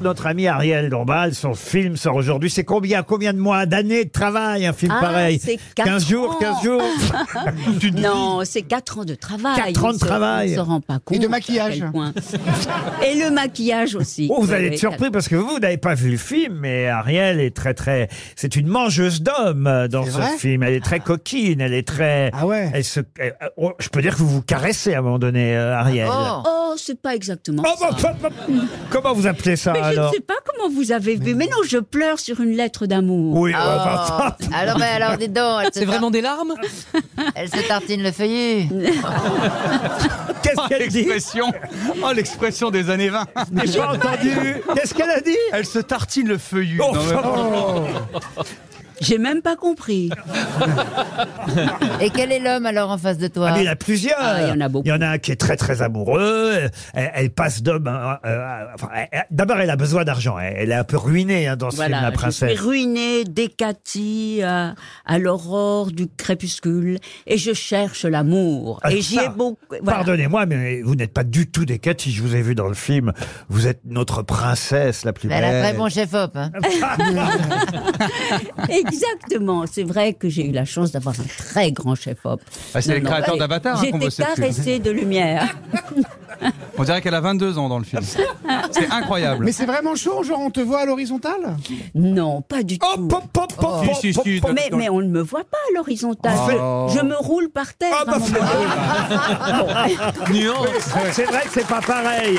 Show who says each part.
Speaker 1: notre ami Ariel Dombal. Son film sort aujourd'hui. C'est combien, combien de mois, d'années de travail, un film
Speaker 2: Ah,
Speaker 1: pareil
Speaker 2: c'est quatre
Speaker 1: 15 jours,
Speaker 2: ans.
Speaker 1: 15 jours. Tu te
Speaker 2: Non, c'est 4 ans de travail.
Speaker 1: Quatre ans de
Speaker 2: On se-
Speaker 1: travail.
Speaker 2: On se rend pas compte.
Speaker 3: de
Speaker 2: à
Speaker 3: maquillage.
Speaker 2: quel point. Et le maquillage aussi.
Speaker 1: Oh, vous
Speaker 2: Oui,
Speaker 1: allez
Speaker 2: oui.
Speaker 1: être surpris parce que vous, vous n'avez pas vu le film, mais Ariel est très, très. C'est une mangeuse d'hommes euh, dans
Speaker 3: C'est
Speaker 1: ce
Speaker 3: vrai
Speaker 1: film. Elle est très coquine, elle est très.
Speaker 3: Ah ouais.
Speaker 1: elle se- elle- oh, Je peux dire que vous vous caressez à un moment donné, euh, Ariel. Oh,
Speaker 2: Oh, c'est pas exactement
Speaker 1: bah,
Speaker 2: ça.
Speaker 1: bah, bah, comment vous appelez ça
Speaker 2: Mais je ne
Speaker 1: alors
Speaker 2: sais pas comment vous avez vu. Mais non, je pleure sur une lettre d'amour.
Speaker 1: Oui, bah, bah, bah.
Speaker 4: Oh. Alors, mais alors, dis donc, elle se,
Speaker 5: C'est vraiment des larmes
Speaker 4: tar- elle se tartine le feuillu.
Speaker 1: bah, qu'est-ce
Speaker 6: Oh,
Speaker 1: qu'elle dit
Speaker 6: l'expression Oh, l'expression des années 20
Speaker 1: J'ai pas entendu. Qu'est-ce qu'elle a dit
Speaker 6: Elle se tartine le feuillu.
Speaker 1: Oh,
Speaker 6: Non, mais-
Speaker 2: J'ai même pas compris.
Speaker 1: Oh,
Speaker 4: Et quel est l'homme alors en face de toi
Speaker 1: Ah, mais il y en a plusieurs.
Speaker 2: Ah, il y en a beaucoup.
Speaker 1: Il y en a un qui est très très amoureux. Elle, elle passe d'homme. à- à- à- enfin, elle- elle- D'abord, elle a besoin d'argent. Elle, elle est un peu ruinée hein, dans ce film,
Speaker 2: Voilà,
Speaker 1: la
Speaker 2: je suis
Speaker 1: princesse.
Speaker 2: ruinée, décatie à, à l'aurore du crépuscule et je cherche l'amour.
Speaker 1: Ah,
Speaker 2: et j'y ai
Speaker 1: par-
Speaker 2: beaucoup. voilà.
Speaker 1: Pardonnez-moi, mais vous n'êtes pas du tout des Cathy. Je vous ai vu dans le film. Vous êtes notre princesse la plus
Speaker 4: Mais Ben, Elle a
Speaker 1: belle.
Speaker 4: très bon chef-op. hein.
Speaker 2: Exactement. C'est vrai que j'ai eu la chance d'avoir un très grand chef-op.
Speaker 6: Ah, c'est
Speaker 2: Non,
Speaker 6: les
Speaker 2: non,
Speaker 6: créateurs
Speaker 2: allez,
Speaker 6: d'Avatar, hein,
Speaker 2: J'ai
Speaker 6: qu'on
Speaker 2: été
Speaker 6: bosse dessus.
Speaker 2: caressée de lumière.
Speaker 6: On dirait qu'elle a 22 ans dans le film. C'est incroyable.
Speaker 3: Mais c'est vraiment chaud, genre on te voit à l'horizontale
Speaker 2: Non, pas du
Speaker 1: Oh,
Speaker 2: tout.
Speaker 1: pop, pop, pop, pop,
Speaker 6: Si, si,
Speaker 1: pop,
Speaker 6: si,
Speaker 1: pop.
Speaker 2: mais, mais on ne me voit pas à l'horizontale.
Speaker 6: Oh.
Speaker 2: Je me roule par terre.
Speaker 1: Ah,
Speaker 2: à
Speaker 1: bah,
Speaker 2: un moment donné.
Speaker 6: Nuance.
Speaker 1: C'est vrai que c'est pas pareil.